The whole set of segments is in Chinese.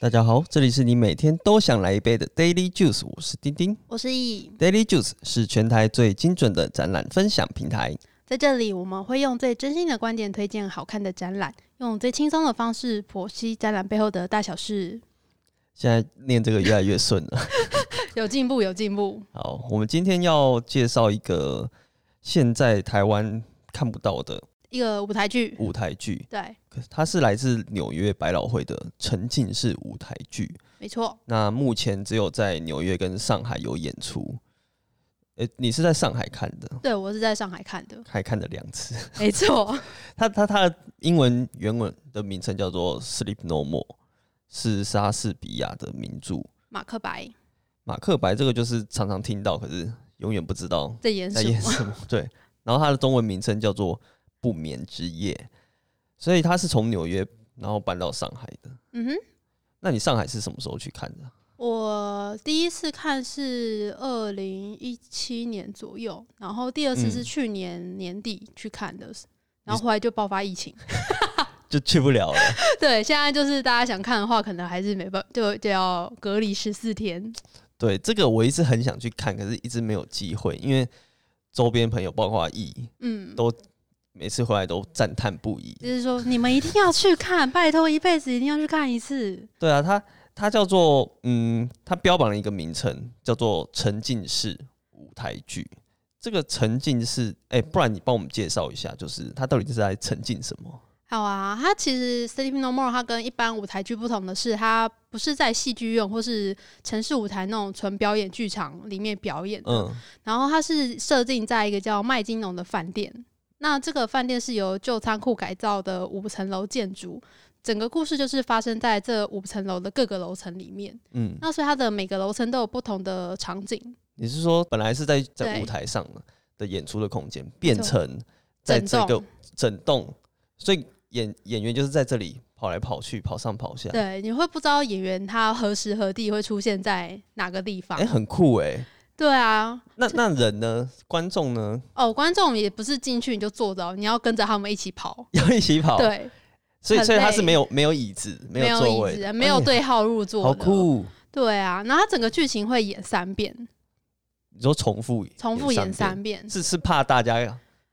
大家好，这里是你每天都想来一杯的 Daily Juice，我是丁丁。我是易， Daily Juice 是全台最精准的展览分享平台。在这里我们会用最真心的观点推荐好看的展览，用最轻松的方式剖析展览背后的大小事。现在念这个越来越顺了。 有进步，有进步。好，我们今天要介绍一个现在台湾看不到的一个舞台剧，舞台剧，对，可它是来自纽约百老汇的沉浸式舞台剧。没错，那目前只有在纽约跟上海有演出。诶、你是在上海看的，对我是在上海看的，还看了两次。没错，它它它的英文原文的名称叫做《Sleep No More》，是莎士比亚的名著。马克白马克白这个就是常常听到，可是永远不知道在演在什么演？什么。 对，然后它的中文名称叫做《不眠之夜》，所以它是从纽约然后搬到上海的。嗯哼，那你上海是什么时候去看的？我第一次看是二零一七年左右，然后第二次是嗯去年年底去看的，然后后来就爆发疫 情。就去不了了。 对，现在就是大家想看的话，可能还是没办就就要隔离十四天。对，这个我一直很想去看，可是一直没有机会，因为周边朋友包括易，嗯，都每次回来都赞叹不已。就是说你们一定要去看，拜托，一辈子一定要去看一次。对啊，它它叫做嗯，它标榜了一个名称叫做沉浸式舞台剧。这个沉浸式，哎、不然你帮我们介绍一下，就是它到底是在沉浸什么？好啊，它其实《Sleeping No More》它跟一般舞台剧不同的是，它不是在戏剧院或是城市舞台那种纯表演剧场里面表演，嗯，然后它是设定在一个叫麦金农的饭店。那这个饭店是由旧仓库改造的五层楼建筑，整个故事就是发生在这五层楼的各个楼层里面。嗯，那所以它的每个楼层都有不同的场景，你是说本来是在在对舞台上的演出的空间，变错成在这个栋整栋，所以演演员就是在这里跑来跑去，跑上跑下，哎、对，你会不知道演员他何时何地会出现在哪个地方。很酷哎、对啊，那那人呢？观众呢？ 哦，观众也不是进去你就坐着哦，你要跟着他们一起跑。要一起跑，，对，所以所以很他累是没有没有椅子，哦没没有有座椅位子，的，没有哎对号入座，好。酷！对啊，然后它整个剧情会演三遍，你说重复重复演三三遍遍，，是是怕大家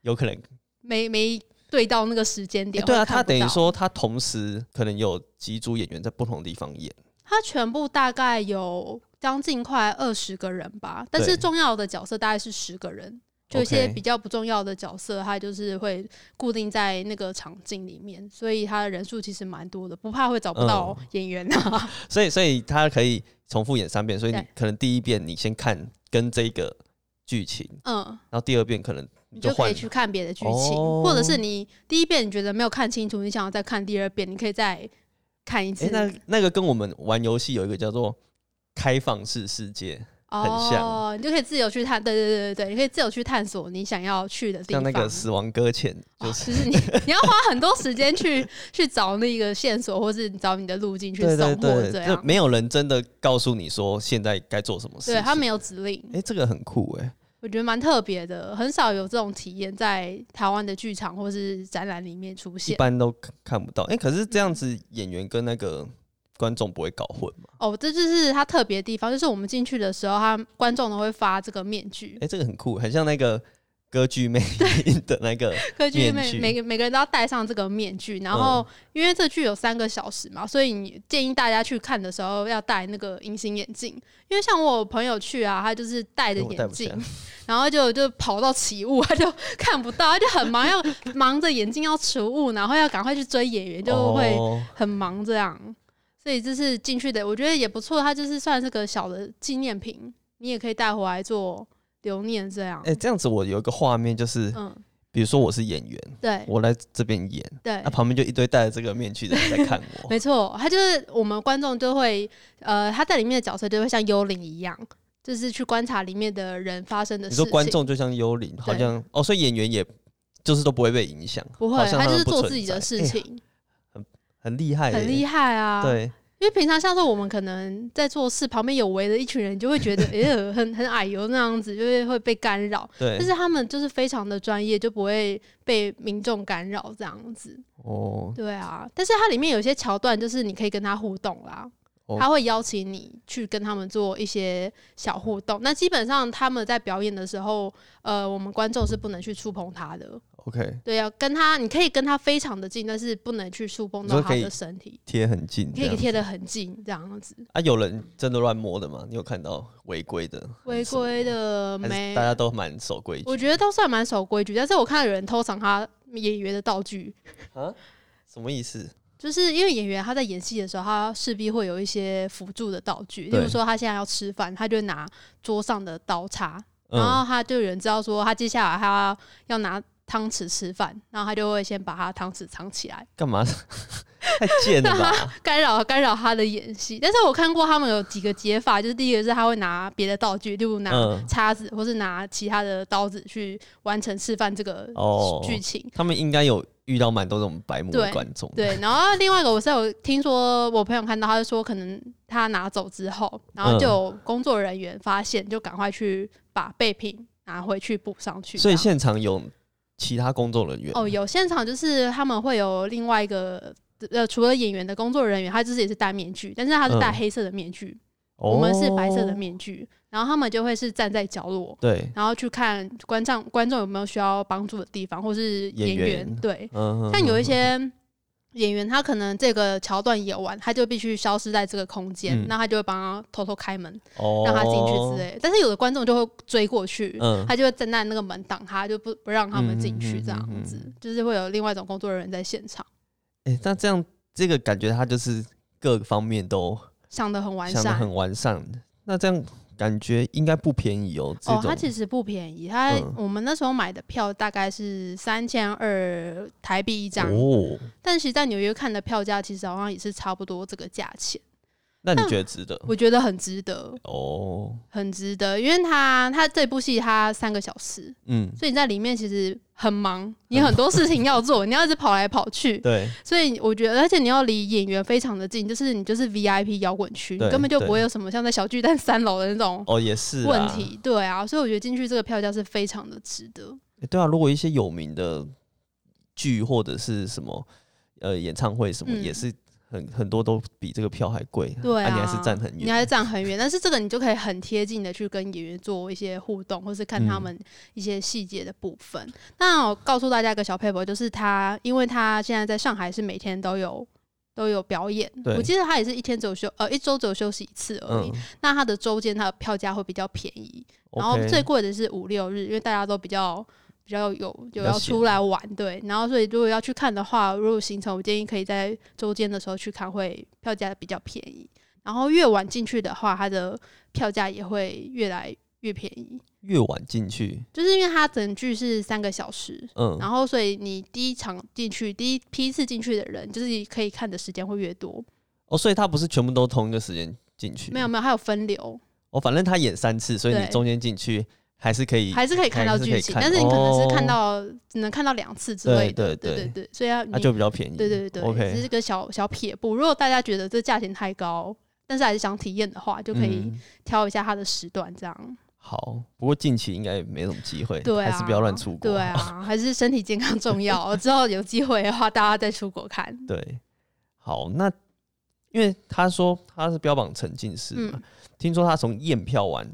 有可能、没没对到那个时间诶点。对啊，会看他不等于到，说他同时可能有几组演员在不同地方演，他全部大概有将近快二十个人吧，但对是重要的角色大概是十个人。就一些 OK 比较不重要的角色，他就是会固定在那个场景里面，所以他的人数其实蛮多的，不怕会找不到嗯演员 啊。所以所以他可以重复演三遍，所以你对可能第一遍你先看跟这个剧情，嗯，然后第二遍可能你你就可换以去看别的剧情，哦或者是你第一遍你觉得没有看清楚，你想要再看第二遍，你可以再看一次哎、。那那个跟我们玩游戏有一个叫做开放式世界，很像哦，你就可以自由去探，对对对对对，你可以自由去探索你想要去的地像方。那个死亡搁浅，哦就是、就是你你要花很多时间去去找那个线索，或是找你的路径去对送对货对，这就样。没有人真的告诉你说现在该做什么事情。对他没有指令，哎、这个很酷哎、我觉得蛮特别的，很少有这种体验在台湾的剧场或是展览里面出一现。般都看看不到。哎、可是这样嗯子演员跟那个观众不会搞混嘛？哦，这就是它特别的地方，就是我们进去的时候，他观众都会发这个面具哎、，这个很酷，很像那个歌剧魅影 的那个。各剧面每具嗯每个每个人都要戴上这个面具，然后、因为这剧有三个小时嘛，所以你建议大家去看的时候要戴那个隐形眼镜，因为像我有朋友去啊，他就是戴着诶我戴眼不下镜，然后就就跑到起雾，他就看不到，他就很 忙，要忙着眼睛要除雾，然后要赶快去追演员，就会哦很忙这样。所以这是进去的，我觉得也不错，它就是算是个小的纪念品，你也可以带回来做留念这样。哎、这样子我有一个画面，就是、嗯，比如说我是演员，对我来这边演，对那、。旁边就一堆戴着这个面具的人在看我。 没错，他就是我们观众就会，呃，他在里面的角色就会像幽灵一样，就是去观察里面的人发生的你事情。说观众就像幽灵，好像哦，所以演员也就是都不会被影响，不会好，像他们就是不做存自己的在事诶情，很厉害、欸，很厉害啊。，对，因为平常像是我们可能在做事，旁边有围着一群人，你就会 觉得哎、呦很很矮油那样子，就是会被干扰。对，但是他们就是非常的专业，就不会被民众干扰这样子。哦对啊，但是它里面有一些桥段，就是你可以跟他互动啦。哦他会邀请你去跟他们做一些小互动。那基本上他们在表演的时候，呃，我们观众是不能去触碰他的， OK，对啊，跟他你可以跟他非常的近，但是不能去触碰你到说他可以的身体，贴很近可这以样。贴得很近这样子。啊，有人真的乱摸的吗？你有看到违规的？违规的还没是大，家都蛮守规矩我？觉得都算蛮守规矩，但是我看到有人偷藏他演员的道具，什么意思？就是因为演员他在演戏的时候，他势必会有一些辅助的道具，例对如说他现在要吃饭，他就拿桌上的刀叉，然嗯，后他就有人知道说他接下来他要拿汤匙吃饭，然后他就会先把他汤匙藏起来，干嘛？ 太贱了 吧！干扰干扰他的演戏。但是我看过他们有几个解法，就是第一个是他会拿别的道具，例如拿嗯叉子或是拿其他的刀子去完成吃饭这个哦剧情。他们应该有遇到蛮多这种白目的对观众。对，然后另外一个我是有听说，我朋友看到，他就说可能他拿走之后，然后嗯就有工作人员发现，就赶快去把备品拿回去补上去。所以这样现场有其他工作人员哦，有现场就是他们会有另外一个呃，除了演员的工作人员，他就是也是戴面具，但是他是戴嗯黑色的面具，哦我们是白色的面具，然后他们就会是站在角落。对，然后去看观众观众有没有需要帮助的地方，或是演演员员对，嗯，像有一嗯些演员，他可能这个桥段演完，他就必须消失在这个空间，嗯那他就会帮他偷偷开门，哦让他进去之类的。但是有的观众就会追过去，嗯，他就会站在那个门挡他，就不不让他们进去，这样子、嗯嗯嗯嗯就是会有另外一种工作人员在现场，哎，那这样这个感觉他就是各方面都想的很完想的善。很完善，那这样感觉应该不便宜哦。这哦，种它其实不便宜，它、嗯我们那时候买的票大概是三千二台币一张，哦，但其实在纽约看的票价其实好像也是差不多这个价钱，那你觉得值得？我觉得很值得。哦，很值得，因为他他这部戏他三个小时，嗯，所以你在里面其实很忙，你很多事情要做，你要一直跑来跑去，对，所以我觉得，而且你要离演员非常的近，就是你就是 VIP 摇滚区，对你根本就不会有什么像在小巨蛋三楼的那种哦也是问啦题，对啊，所以我觉得进去这个票价是非常的值得。欸对啊，如果一些有名的剧或者是什么呃演唱会什么，嗯也是很很多都比这个票还贵，啊对你还是站很啊你还远。是站很远，但是这个你就可以很贴近的去跟演员做一些互动，或是看嗯他们一些细节的部分。那我告诉大家一个小 paper，就是他，因为他现在在上海是每天都有都有表演，对我记得他也是一天只有休，呃，一周只有休息一次而已。嗯那他的周间他的票价会比较便宜，然后，OK，最贵的是五六日，因为大家都比较。比较有有比较要闲出来玩，对，然后所以如果要去看的话，如果行程我建议可以在周间的时候去看，会票价比较便宜。然后越晚进去的话，它的票价也会越来越便宜，越晚进去，就是因为它整剧是三个小时，嗯，然后所以你第一场进去，第一批次进去的人，就是可以看的时间会越多。哦，所以他不是全部都同一个时间进去，没有，没有，还有分流，哦，反正他演三次，所以你对中间进去还是可以，还是可以看到还是可剧以情，看但是你可能是看哦到、只能看到两次之类的。对对啊对对，所以要那、你就比较便宜。对对对嗯，OK，只是个小小撇步。如果大家觉得这价钱太高，但是还是想体验的话，就可以嗯挑一下它的时段这样。好，不过近期应该没什么机会，对啊，还是不要乱出国。对啊，还是身体健康 重要。之后有机会的话，大家再出国看。对，好，那因为他说他是标榜沉浸式嘛，嗯听说他从验票完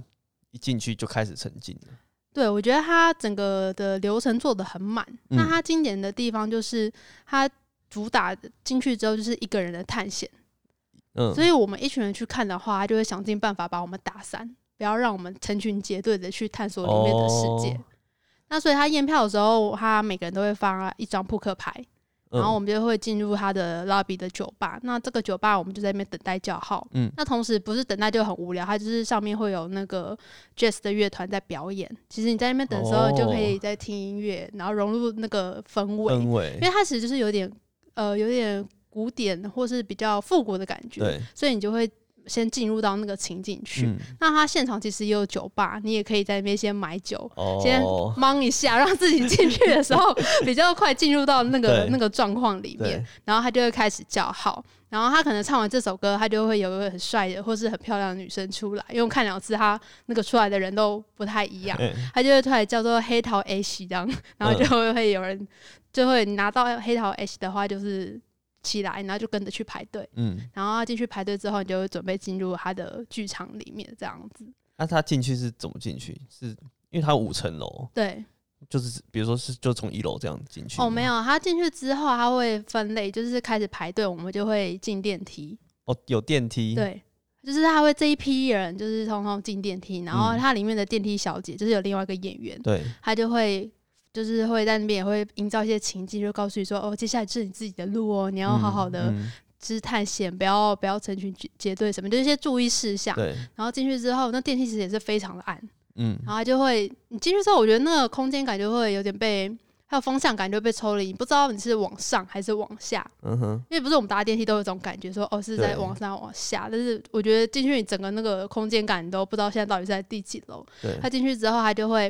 一进去就开始沉浸了。对，我觉得它整个的流程做的很满。嗯那它经典的地方就是它主打进去之后就是一个人的探险，嗯，所以我们一群人去看的话，他就会想尽办法把我们打散，不要让我们成群结队的去探索里面的世界。哦那所以他验票的时候，他每个人都会发一张扑克牌，然后我嗯们就会进入他的 lobby 的酒吧。那这个酒吧我们就在那边等待叫号。嗯那同时不是等待就很无聊，它就是上面会有那个 jazz 的乐团在表演。其实你在那边等的时候，哦你就可以在听音乐，然后融入那个氛围，氛因围为它其实就是有点呃有点古典或是比较复古的感觉，对，所以你就会先进入到那个情境去。嗯那它现场其实也有酒吧，你也可以在那边先买酒，先哦，忙一下，让自己进去的时 候比较快进入到那个对那个状况里面对，，然后他就会开始叫号，然后他可能唱完这首歌，他就会有一个很帅的或是很漂亮的女生出来，因为我看两次他那个出来的人都不太一样，哎他就会突然叫做黑桃嗯 H 这样，然后就会有人就会拿到黑桃 H 的话，就是起来，然后就跟着去排队。嗯，然后进去排队之后，你就准备进入他的剧场里面，这样子。那、他进去是怎么进去？是因为他有五层楼，对，就是比如说是就从一楼这样进去吗。哦，没有，他进去之后他会分类，就是开始排队，我们就会进电梯。哦，有电梯。，对，就是他会这一批人就是通通进电梯，然后嗯它里面的电梯小姐就是有另外一个演员，对，他就会就是会在那边也会营造一些情境，就告诉你说，哦，接下来是你自己的路哦，你要好好的嗯就是探险，不要不要成群结结队什么，就是一些注意事项嗯。对，然后进去之后，那电梯其实也是非常的暗，嗯，然后它就会你进去之后，我觉得那个空间感就会有点被。还有方向感就被抽离，你不知道你是往上还是往下，嗯哼，因为不是我们搭电梯都有一种感觉说哦是在对往上往下，但是我觉得进去你整个那个空间感你都不知道现在到底是在第几楼，对，他进去之后，他就会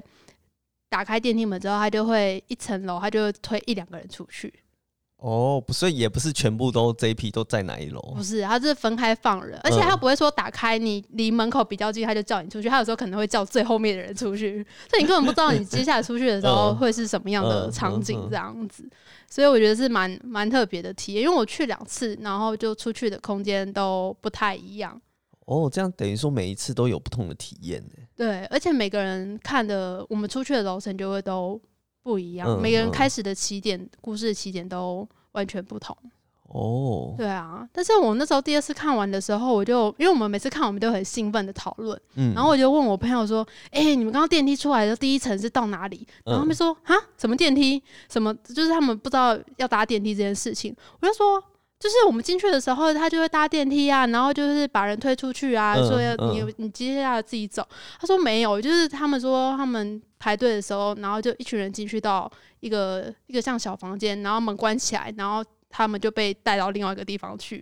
打开电梯门之后，他就会一层楼，他就会推一两个人出去。哦，不，所以也不是全部都这一批都在哪一楼，不是，他是分开放人，而且他哦嗯不会说打开你离门口比较近，他就叫你出去。他有时候可能会叫最后面的人出去， 所以你根本不知道你接下来出去的时候嗯会是什么样的嗯场嗯景嗯这样子。所以我觉得是蛮蛮特别的体验，因为我去两次，然后就出去的空间都不太一样。哦，这样等于说每一次都有不同的体验呢。对，而且每个人看的，我们出去的楼层就会都不一样，嗯每个人嗯开始的起点、故事的起点都完全不同。哦，对啊，但是我那时候第二次看完的时候，我就因为我们每次看我们都很兴奋的讨论，嗯然后我就问我朋友说：“哎、你们刚刚电梯出来的第一层是到哪里？”嗯然后他们说：“啊，什么电梯？什么？就是他们不知道要搭电梯这件事情。”我就说。就是我们进去的时候，他就会搭电梯啊，然后就是把人推出去啊，嗯说要嗯你你接下来自己走。他说没有，就是他们说他们排队的时候，然后就一群人进去到一个一个像小房间，然后门关起来，然后他们就被带到另外一个地方去，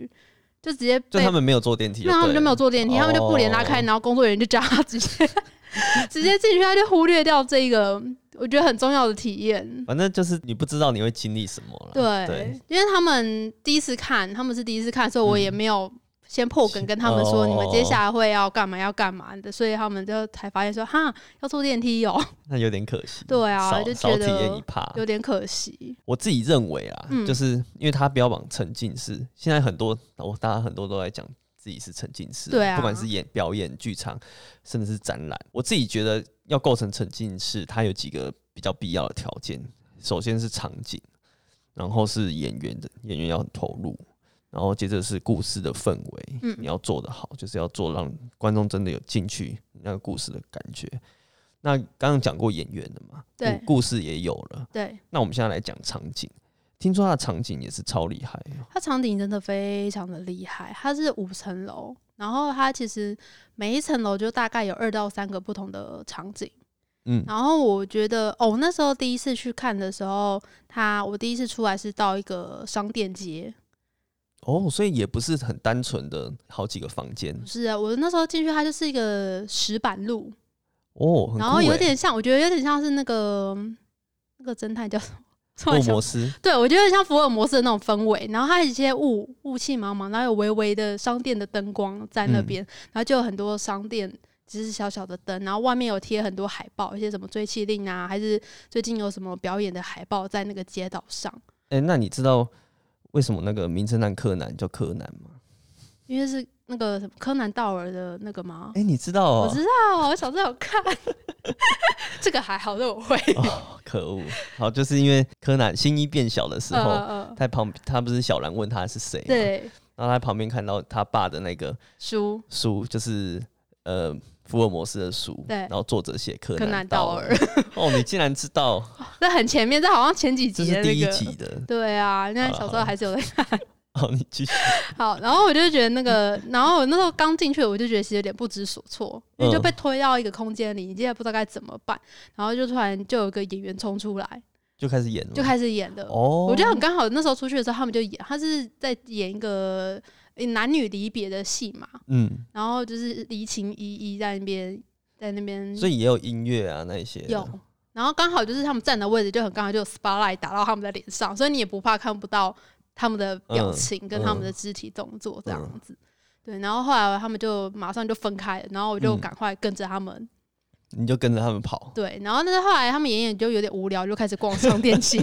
就直接就被他们没有坐电梯，那他们就没有坐电梯，哦他们就不连拉开，然后工作人员就叫他直接 直接进去，他就忽略掉这一个我觉得很重要的体验。反正就是你不知道你会经历什么了。对，啊对，嗯因为他们第一次看，他们是第一次看，所以我也没有先破 梗跟他们说哦你们接下来会要干嘛要干嘛的，所以他们就才发现说哈要坐电梯哦， 那有点可惜。对啊少就少觉体得验一趴。有点可惜。我自己认为啦，嗯就是因为他标榜沉浸式，现在很多我大家很多都在讲自己是沉浸式，对啊不管是演表演、剧场，甚至是展览。我自己觉得要构成沉浸式，它有几个比较必要的条件，首先是场景，然后是演员的演员要很投入。然后接着是故事的氛围，嗯你要做得好，就是要做让观众真的有进去那个故事的感觉。那刚刚讲过演员的嘛，对故故事也有了，对，那我们现在来讲场景，听说它的场景也是超厉害哦，它场景真的非常的厉害，它是五层楼，然后它其实每一层楼就大概有二到三个不同的场景。嗯，然后我觉得，哦，那时候第一次去看的时候，他我第一次出来是到一个商店街，哦，所以也不是很单纯的好几个房间不是啊，我那时候进去，它就是一个石板路，哦，很酷然后有欸点像，我觉得有点像是那个那个侦探叫什么？突福然尔想摩斯，对，我觉得像福尔摩斯的那种氛围，然后它有一些雾雾气茫茫，然后有微微的商店的灯光在嗯那边，然后就有很多商店只是小小的灯，然后外面有贴很多海报，一些什么追气令啊，还是最近有什么表演的海报在那个街道上，哎、那你知道为什么那个名侦探柯南叫柯南吗？因为是那个什么柯南道尔的那个吗？哎、你知道我哦、知道，我小时候有看， 这个还好，这我会。哦，可恶，好，就是因为柯南新一变小的时嗯候，嗯嗯在旁他不是小兰问他是谁，，对，然后他在旁边看到他爸的那个书书，就是呃福尔摩斯的书，对然后作者写柯柯南道道尔，哦，你竟然知 道，那很前面，这好像前几这集的是那第一个。集的，对啊，那好了小时好候了还是有在哦，你继续。好，然后我就觉得那个，然后我那时候刚进去，我就觉得其实有点不知所措，因为就嗯被推到一个空间里，你现在不知道该怎么办，然后就突然就有个演员冲出来，就开始演了，就开始演的。嗯哦，我觉得很刚好，那时候出去的时候，他们就演，他是在演一个呃男女离别的戏嘛，嗯，然后就是离情依依在那边，在那边所以也有音乐啊那一些的嗯有，然后刚好就是他们站的位置就很刚好，就有 spotlight 打到他们的脸上，所以你也不怕看不到他们的表情跟他们的肢体动作这样子。对，然后后来他们就马上就分开了，然后我就嗯赶快跟着他们。你就跟着他们跑， 对，然后但是后来他们演演就有点无聊，就开始逛商店街。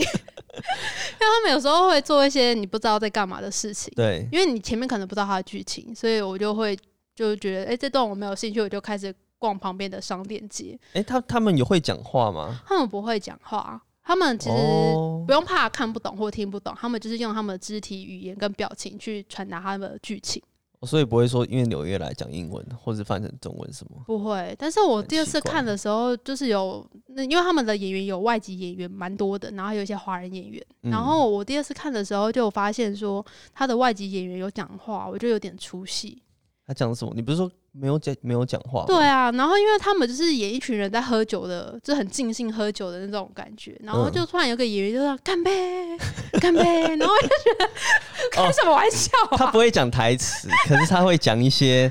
他们有时候会做一些你不知道在干嘛的事情，对，因为你前面可能不知道它的剧情，所以我就会就觉得，哎、这段我没有兴趣，我就开始逛旁边的商店街。哎、他他们有会讲话吗？他们不会讲话，他们其实哦不用怕看不懂或听不懂，他们就是用他们的肢体语言跟表情去传达他们的剧情。所以不会说因为纽约来讲英文，或是翻成中文什么。不会，但是我很第二奇次怪看的时候，就是有那因为他们的演员有外籍演员蛮多的，然后还有一些华人演员。嗯然后我第二次看的时候就有发现说他的外籍演员有讲话，我就有点出戏。他讲什么？你不是说没有讲没有讲话吗？对啊，然后因为他们就是演一群人在喝酒的，就很尽兴喝酒的那种感觉，然后嗯就突然有个演员就说干杯，干杯，然后我就觉 得开什么玩笑哦他啊不，会讲台词，可是他会讲一些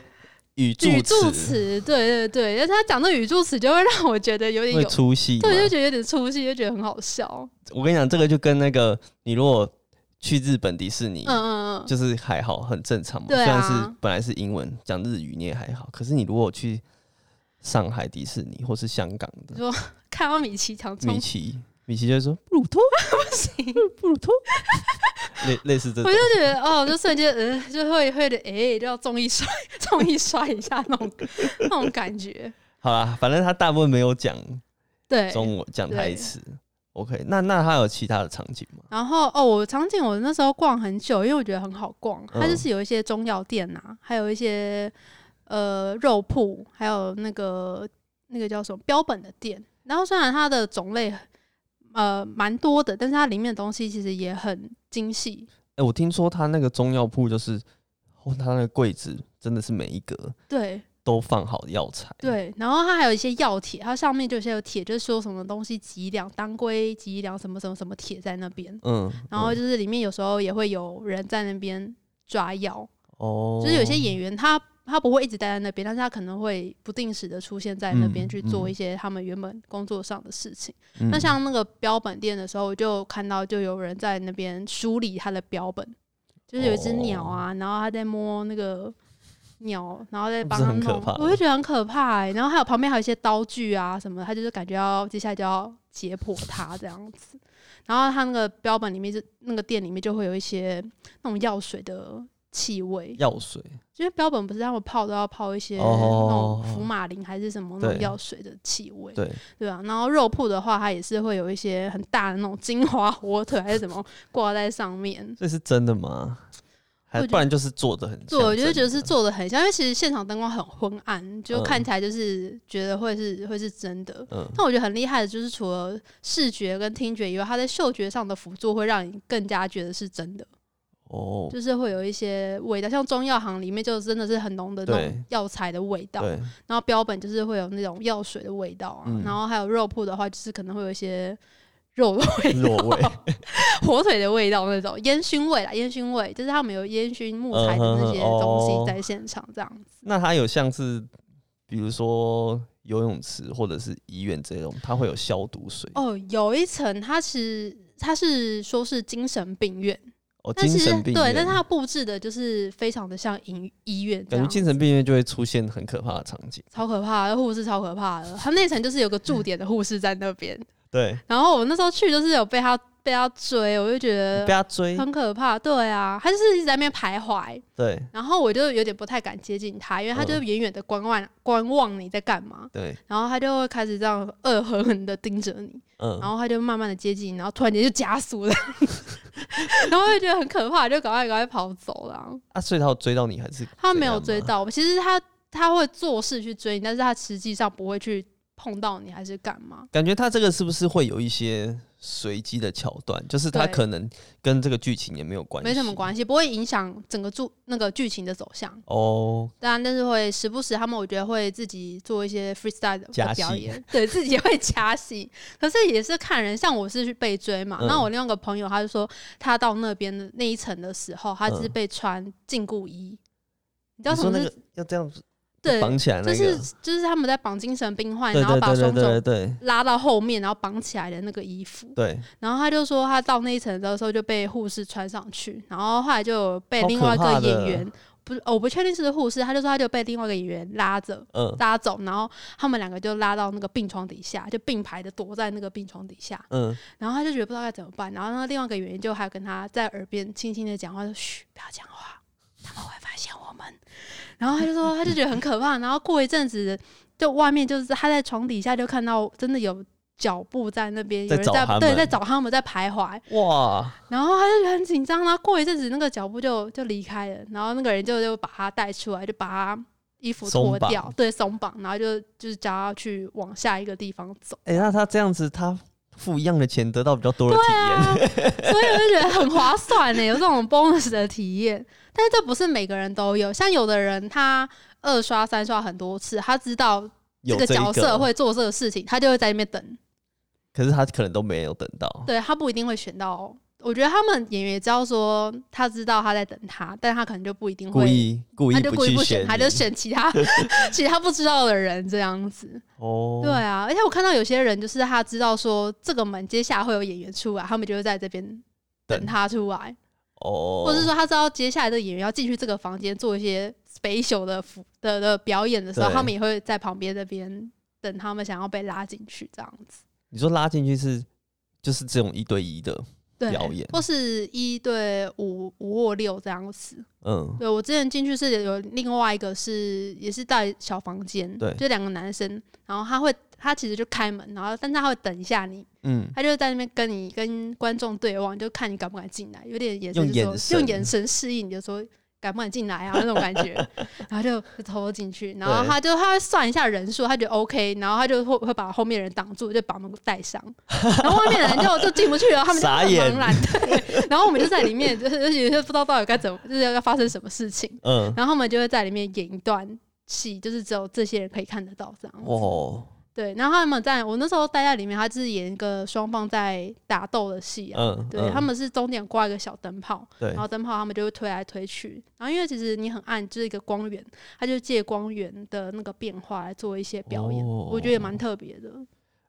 语助语助词，对对对，但是他讲这语助词就会让我觉得有点会有，出戏。对，就觉得有点出戏，就觉得很好笑。我跟你讲，这个就跟那个你如果去日本迪士尼，嗯嗯嗯，就是还好，很正常嘛。对啊虽然是本来是英文讲日语你也还好，可是你如果去上海迪士尼或是香港的看到米奇强冲米奇，米奇就会说布鲁托 不行，布鲁托， 类类似这我种就。觉得哦，就瞬间呃，就会会的，哎、就要重一摔， 重一摔一下那种那种感觉。好啦，反正他大部分没有讲对，中文讲台对词。OK，那那他有其他的场景吗？然后哦，我场景我那时候逛很久，因为我觉得很好逛，它就嗯是有一些中药店呐、还有一些呃肉铺，还有那个那个叫什么标本的店。然后虽然它的种类呃蛮多的，但是它里面的东西其实也很精细。哎、我听说他那个中药铺就是，哦，他那个柜子真的是每一格对都放好药材。，对，然后它还有一些药帖，它上面就有些有帖，就是说什么东西几两当归几两什么什么什么帖在那边。嗯，然后嗯就是里面有时候也会有人在那边抓药。哦，就是有些演员他他不会一直待在那边，但是他可能会不定时的出现在那边嗯去做嗯一些他们原本工作上的事情。嗯那像那个标本店的时候，我就看到就有人在那边梳理他的标本，就是有一只哦鸟啊，然后他在摸那个。鸟，然后再帮他不是很弄可怕，吗我就觉得很可怕、欸。然后还有旁边还有一些刀具啊什么的，他就是感觉要接下来就要解剖它这样子。然后他那个标本里面就那个店里面就会有一些那种药水的气味，药水，因为标本不是他们泡都要泡一些那哦种福马林还是什么那种对药水的气味，对，对啊，然后肉铺的话，它也是会有一些很大的那种金华火腿还是什么 挂在上面。这是真的吗？我还觉得不然就是做的很像真对，的，我就觉得是做的很像，因为其实现场灯光很昏暗，就看起来就是觉得会是、会是真的。嗯，但我觉得很厉害的就是，除了视觉跟听觉以外，它在嗅觉上的辅助会让你更加觉得是真的，哦，就是会有一些味道，像中药行里面就真的是很浓的那对种药材的味道。对， 然后标本就是会有那种药水的味道啊，嗯然后还有肉铺的话，就是可能会有一些肉的味道、肉味， 火腿的味道那种烟熏味啦，烟熏味就是他们有烟熏木材的那嗯些哼东哦西在现场这样子。那它有像是比如说游泳池或者是医院这种，它会有消毒水哦，有一层它是它是说是精神病院，哦，但精其实神病对，院，但它布置的就是非常的像医医院这感觉样。精神病院就会出现很可怕的场景，超可怕的护士，超可怕的。它那层就是有个驻点的护士在那边，对，然后我那时候去就是有被他被他追，我就觉得被他追，很可怕，对啊，他就是一直在那边徘徊，对然后我就有点不太敢接近他，因为他就嗯远远的观望、观望你在干嘛，对，然后他就会开始这样恶狠狠的盯着你，嗯然，后他就慢慢的接近你，然后突然间就加速了， 然后我就觉得很可怕，就赶快赶快跑走了。啊，所以他有追到你还是他怎没有样追吗，到我，其实他他会做事去追你，但是他实际上不会去碰到你还是干嘛，感觉他这个是不是会有一些随机的桥段？就是他对可能跟这个剧情也没有关系，没什么关系，不会影响整个剧那个剧情的走向。哦，当然，但是会时不时他们我觉得会自己做一些 freestyle 的加的戏表演，对自己会加戏。 可是也是看人，像我是去被追嘛，嗯那我另外一个朋友他就说，他到那边的那一层的时候，他是嗯被穿禁锢衣。你知道你什说么那是个？要这样子对，绑起来那就个，是就是他们在绑精神病患，对然后对把对双对对手对拉到后面，然后绑起来的那个衣服。对，然后他就说，他到那一层的时候就被护士穿上去，然后后来就有被好另可外一怕个的演员不是、哦我不确定是不是护士，他就说他就被另外一个演员拉着嗯拉走，然后他们两个就拉到那个病床底下，就并排的躲在那个病床底下，嗯，然后他就觉得不知道该怎么办，然后那另外一个演员就还跟他在耳边轻轻的讲话，说嘘，不要讲话，他们会发现我们。然后他就说，他就觉得很可怕。然后过一阵子，就外面就是他在床底下就看到真的有脚步在那边，有在人找在他对们在找他们在徘徊。哇，然后他就觉得很紧张。然后过一阵子，那个脚步就就离开了，然后那个人就就把他带出来，就把他衣服脱松绑掉，对，松绑，然后就就是叫他去往下一个地方走。哎、那他这样子，他付一样的钱，得到比较多的体啊验，所以我就觉得很划算欸呢，有这种 bonus 的体验。但是这不是每个人都有，像有的人他二刷、三刷很多次，他知道这有个这一角色会做这个事情，他就会在那边等。可是他可能都没有等到。对他不一定会选到。我觉得他们演员也知道说他知道他在等他，但他可能就不一定故会，意故意他就故意去不选你，他就选 其他其他不知道的人这样子。哦，对，啊，而且我看到有些人就是他知道说这个门接下来会有演员出来，他们就会在这边等等他出来。哦，或者是说他知道接下来的演员要进去这个房间做一些 special 的服的的表演的时候，对他们也会在旁边这边等他们想要被拉进去这样子。你说拉进去是就是这种一对一的，对，表演或是一对五五或六这样子。嗯，对我之前进去是有另外一个是也是在小房间，对就两个男生，然后他会他其实就开门，然后但是他会等一下你，嗯，他就在那边跟你跟观众对望，就看你敢不敢进来，有点眼用神就说眼神用眼神示意你就说敢不敢进来啊那种感觉， 然后就就偷偷进去，然后他就他会算一下人数，他觉得 OK，然后他就会会把后面人挡住，就把门带上，然后外面的人就就进不去了，他们就 傻很眼茫然，对，然后我 们就在里面，就是就是不知道到底该怎么，就是要发生什么事情，嗯，然后他们就会在里面演一段戏，就是只有这些人可以看得到这样子。哇，嗯对，然后他们在我那时候待在里面，他就是演一个双方在打斗的戏啊。嗯，对、嗯他们是中间挂一个小灯泡，对然后灯泡他们就会推来推去，然后因为其实你很暗，就是一个光源，他就借光源的那个变化来做一些表演，哦我觉得也蛮特别的。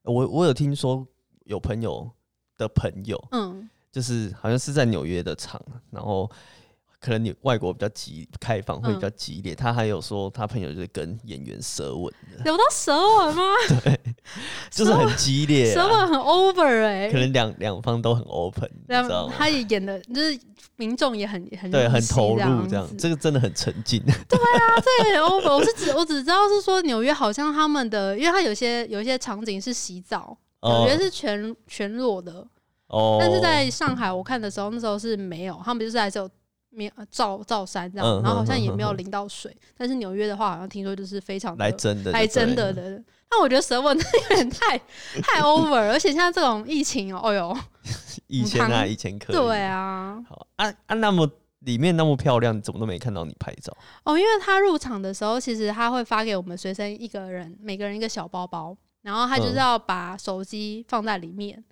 我我有听说有朋友的朋友， 嗯，就是好像是在纽约的场，然后可能你外国比较激开放会比嗯较激烈，他还有说他朋友就是跟演员舌吻 的，有到舌吻吗？就是舌吻很激烈、舌啊，吻很 over 哎、可能两两方都很 open，你然知道后吗？他也演的，就是民众也很很对，入很戏投入这样，子这个真的很沉 浸。对，over。我是只我只知道是说纽约好像他们的，因为他有些有一些场景是洗澡，纽嗯约是全全裸的，哦，但是在上海我看的时候，那时候是没有，他们就是还是有面呃罩罩衫这样，嗯然后好像哼也哼没有哼淋到水。但是纽约的话，好像听说就是非常的来真的，来真的。的。 那我觉得舌吻有点太太 over，了而且像这种疫情哦，哎呦，以前啊，以前可以。对，啊，好啊啊，那么里面那么漂亮，你怎么都没看到你拍照？哦，因为他入场的时候，其实他会发给我们随身一个人，每个人一个小包包，然后他就嗯是要把手机放在里面，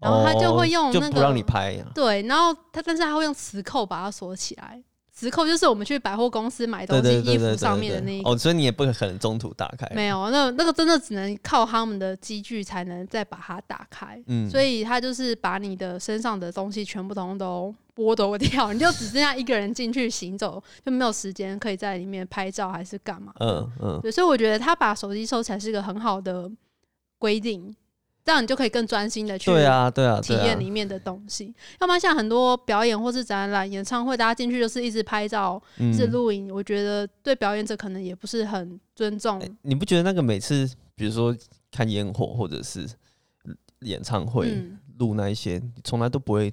然后他就会用哦那就不个让你拍啊。对，然后他但是他会用磁扣把它锁起来。磁扣就是我们去百货公司买东对西对对对衣服对上面的那对一哦，所以你也不可能中途打开。没有，那那个真的只能靠他们的机具才能再把它打开。嗯所以他就是把你的身上的东西全部通通都剥夺掉，你就只剩下一个人进去行走，就没有时间可以在里面拍照还是干嘛。嗯嗯，对，所以我觉得他把手机收起来是一个很好的规定，这样你就可以更专心的去对啊对啊，体对啊验里面的东西。要不然像很多表演或是展览、演唱会，大家进去就是一直拍照、一直嗯录影，我觉得对表演者可能也不是很尊重。哎你不觉得那个每次，比如说看烟火或者是演唱会嗯，录那一些，你从来都不会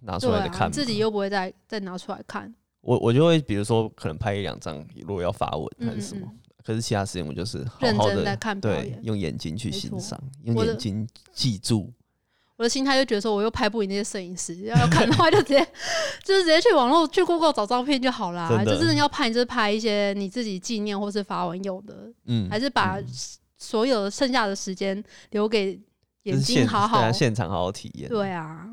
拿出对来的啊，看自己嘛又不会再再拿出来看。我我就会比如说可能拍一两张，如果要发文还嗯是什么，嗯，可是其他时间我就是好认好真在的看表对演。用眼睛去没欣错赏，用我的眼睛记住。我的心态就觉得说，我又拍不赢那些摄影师，要要看的 话就直接就是直接去网络去 Google 找照片就好啦。真的就是你要拍，你就是拍一些你自己纪念或是发文用的，嗯，还是把所有的剩下的时间留给就眼是睛现好对好啊现场好好体验。对啊，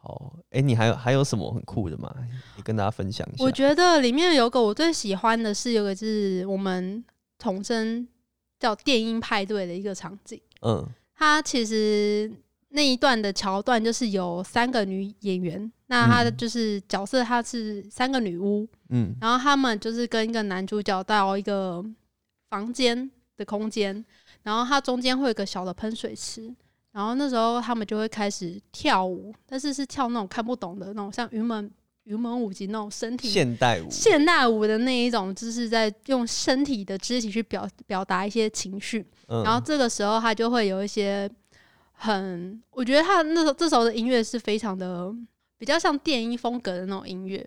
好，哎、你还有还有什么很酷的吗？你跟大家分享一下我。觉得里面有个我最喜欢的是有个就是我们统称叫电音派对的一个场景，嗯它其实那一段的桥段就是有三个女演员，那她的就是角色，她是三个女巫，嗯然后她们就是跟一个男主角到一个房间的空间，然后它中间会有一个小的喷水池，然后那时候他们就会开始跳舞，但是是跳那种看不懂的那种，像云门云门舞集那种身体现代舞，现代舞的那一种，就是在用身体的肢体去表表达一些情绪。嗯然后这个时候他就会有一些很，我觉得他那时候这时候的音乐是非常的比较像电音风格的那种音乐，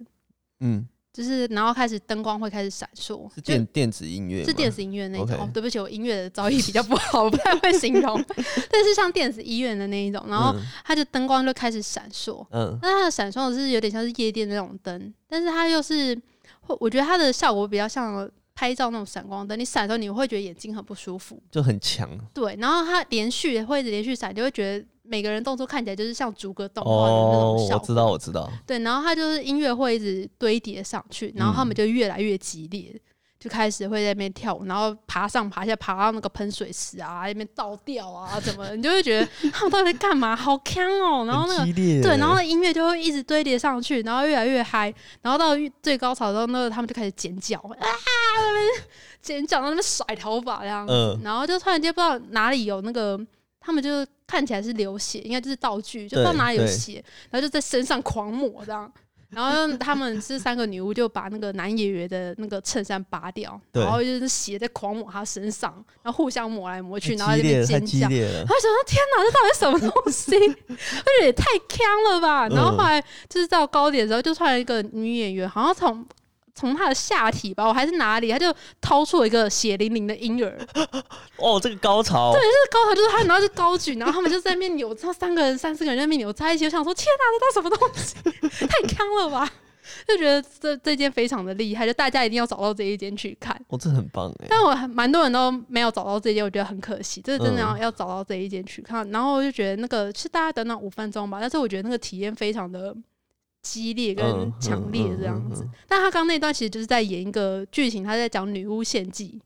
嗯，就是然后开始灯光会开始闪烁，是就电电子音乐吗，是电子音乐那一种。 OK 哦对不起，我音乐的造诣比较不好， 我不太会形容。但是像电子音乐的那一种，然嗯后它就灯光就开始闪烁，嗯，嗯，那它的闪烁是有点像是夜店那种灯，但是它又是，会我觉得它的效果比较像拍照那种闪光灯。你闪的时候，你会觉得眼睛很不舒服。就很强对，然后它连续会一直连续闪，就会觉得每个人动作看起来就是像逐格动画的那种哦效我果。知道，我知道，对，然后它就是音乐会一直堆叠上去，然后他们嗯就越来越激烈。就开始会在那边跳舞，然后爬上爬下，爬到那个喷水池啊，在那边倒吊啊，怎么，你就会觉得 他们到底在干嘛？好坑哦、然后那个很激烈，欸对，然后音乐就会一直堆叠上去，然后越来越嗨，然后到最高潮的时候，那个他们就开始尖叫啊，那边 尖叫，然后那边甩头发这样子，嗯然后就突然间不知道哪里有那个，他们就看起来是流血，应该就是道具，就不知道对哪里有对血，然后就在身上狂抹这样。然后他们是三个女巫，就把那个男演员的那个衬衫拔掉，对然后就是血在狂抹他身上，然后互相抹来抹去，然后太在激那烈边了，太尖激叫。烈 了，他想说：“天哪，这到底是什么东西？而且也太坑了吧！”然后后来就是到高点的时候，就突然一个女演员，好像从从她的下体吧，我还是哪里，她就掏出一个血淋淋的婴儿，这哦，这个高潮，高潮就是她，然后就高举，然后他们就在那边扭，他三个人、三四个人在那边扭在一起，我想说：“天哪，这到底什么东西？太坑了吧！” 就觉得这这间非常的厉害，就大家一定要找到这一间去看。哦，这很棒 哎，但我还蛮多人都没有找到这一间，我觉得很可惜，这真嗯的要、要找到这一间去看。然后我就觉得那个是大概等等五分钟吧，但是我觉得那个体验非常的激烈跟嗯强烈这样嗯子。嗯嗯嗯但他刚那段其实就是在演一个剧情，他在讲女巫献祭，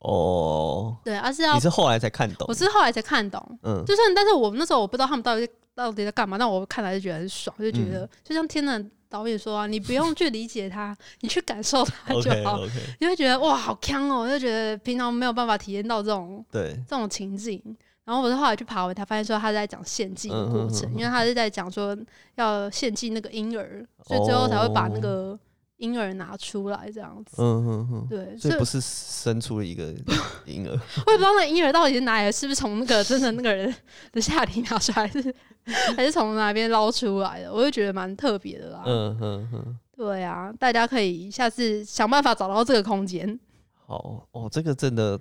哦，对，而、是要你是后来才看懂啊我，是后来才看懂，嗯，就是但是我那时候我不知道他们到底在到底在干嘛，但我看来就觉得很爽，就觉嗯得、就像天呐导演说啊，你不用去理 解它，你去感受它就 OK 好。 OK，你会觉得哇，好强哦！就觉得平常没有办法体验到这种对，这种情景。然后我是后来去爬文，才发现说他在讲献祭的过程，嗯嗯嗯嗯因为他是在讲说要献祭那个婴儿，所以最后才会把那哦个婴儿拿出来这样子。嗯嗯嗯。对，所所以以我不是生出了一个婴 儿，也不知道那婴儿到底是哪里来，是不是从那个真的那个人的下体拿出来，还是 还是从哪边捞出来的？我就觉得蛮特别的啦。嗯嗯嗯，对啊，大家可以下次想办法找到这个空间，好哦，这个真的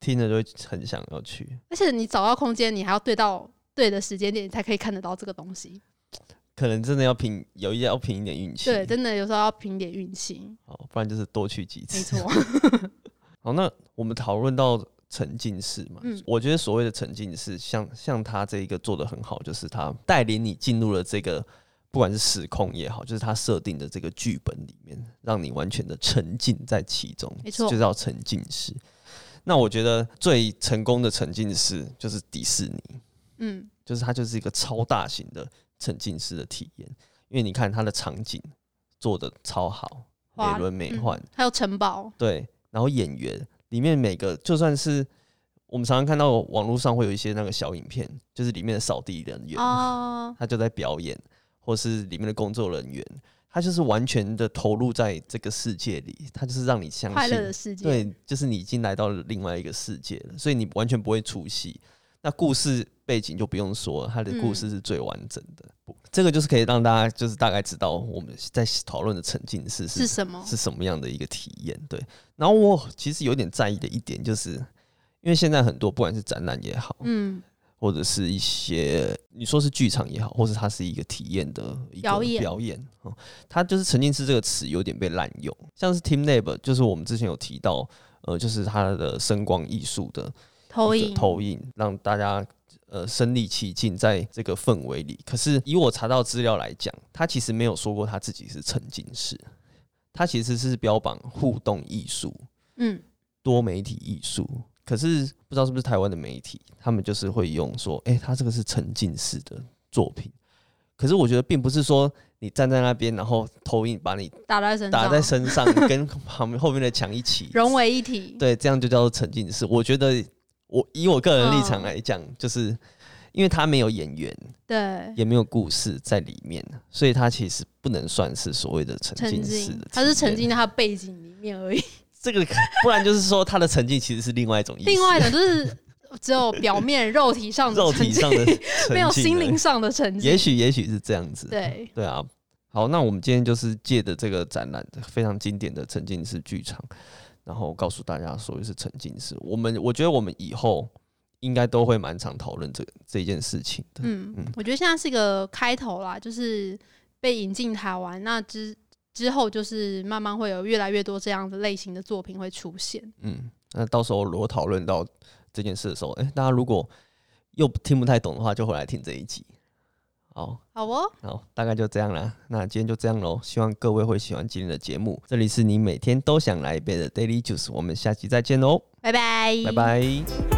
听着就会很想要去，而且你找到空间，你还要对到对的时间点，你才可以看得到这个东西。可能真的要凭有一要凭一点运气，对，真的有时候要凭点运气，好，不然就是多去几没次。 错。好，哦那我们讨论到沉浸式嘛，嗯我觉得所谓的沉浸式，像像他这一个做的很好，就是他带领你进入了这个不管是时空也好，就是他设定的这个剧本里面，让你完全的沉浸在其中，没错就叫沉浸式。那我觉得最成功的沉浸式就是迪士尼，嗯，就是它就是一个超大型的沉浸式的体验，因为你看它的场景做的超好，花美轮美奂，嗯还有城堡，对，然后演员里面每个就算是我们常常看到网络上会有一些那个小影片，就是里面的扫地人员，哦，他就在表演，或是里面的工作人员，他就是完全的投入在这个世界里，他就是让你相快乐信的，世界，对，就是你已经来到了另外一个世界了，所以你完全不会出戏。那故事背景就不用说了，他的故嗯事是最完整的。不这个就是可以让大家就是大概知道我们在讨论的沉浸式是是什么？是什么样的一个体验？对，然后我其实有点在意的一点，就是因为现在很多不管是展览也好，嗯，或者是一些你说是剧场也好，或是它是一个体验的一个表演表演哦它就是“沉浸式”这个词有点被滥用，像是 Team Lab，就是我们之前有提到，呃，就是它的声光艺术的投一个影，投影，让大家呃身临其境在这个氛围里。可是以我查到资料来讲，他其实没有说过他自己是沉浸式，他其实是标榜互动艺术、嗯，多媒体艺术。可是不知道是不是台湾的媒体，他们就是会用说，哎、他这个是沉浸式的作品。可是我觉得并不是说你站在那边，然后投影把你打在身上，打在身 上，跟旁边后面的墙一起融为一体。对，这样就叫做沉浸式。我觉得我以我个人立场嗯来讲，就是因为他没有演员，对，也没有故事在里面，所以它其实不能算是所谓的沉沉浸式浸的。，它是沉体验浸在它的背景里面 而已。这个可，不然就是说它的沉浸其实是另外一种意思，另外一种就是只有表面肉体上 的肉沉体浸上，的没有沉浸心而已灵，上的沉浸也。许也许是这样子。对，对啊，好，那我们今天就是借着这个展览非常经典的沉浸式剧场，然后告诉大家所谓是沉浸式。我们我觉得我们以后应该都会蛮常讨论这这件事情的。嗯嗯，我觉得现在是一个开头啦，就是被引进台湾，那之之后就是慢慢会有越来越多这样的类型的作品会出现。嗯，那到时候如果讨论到这件事的时候，哎、大家如果又听不太懂的话，就回来听这一集。好，好哦，好，大概就这样啦。那今天就这样喽，希望各位会喜欢今天的节目。这里是你每天都想来一杯的 Daily Juice，我们下期再见喽，拜拜，拜拜。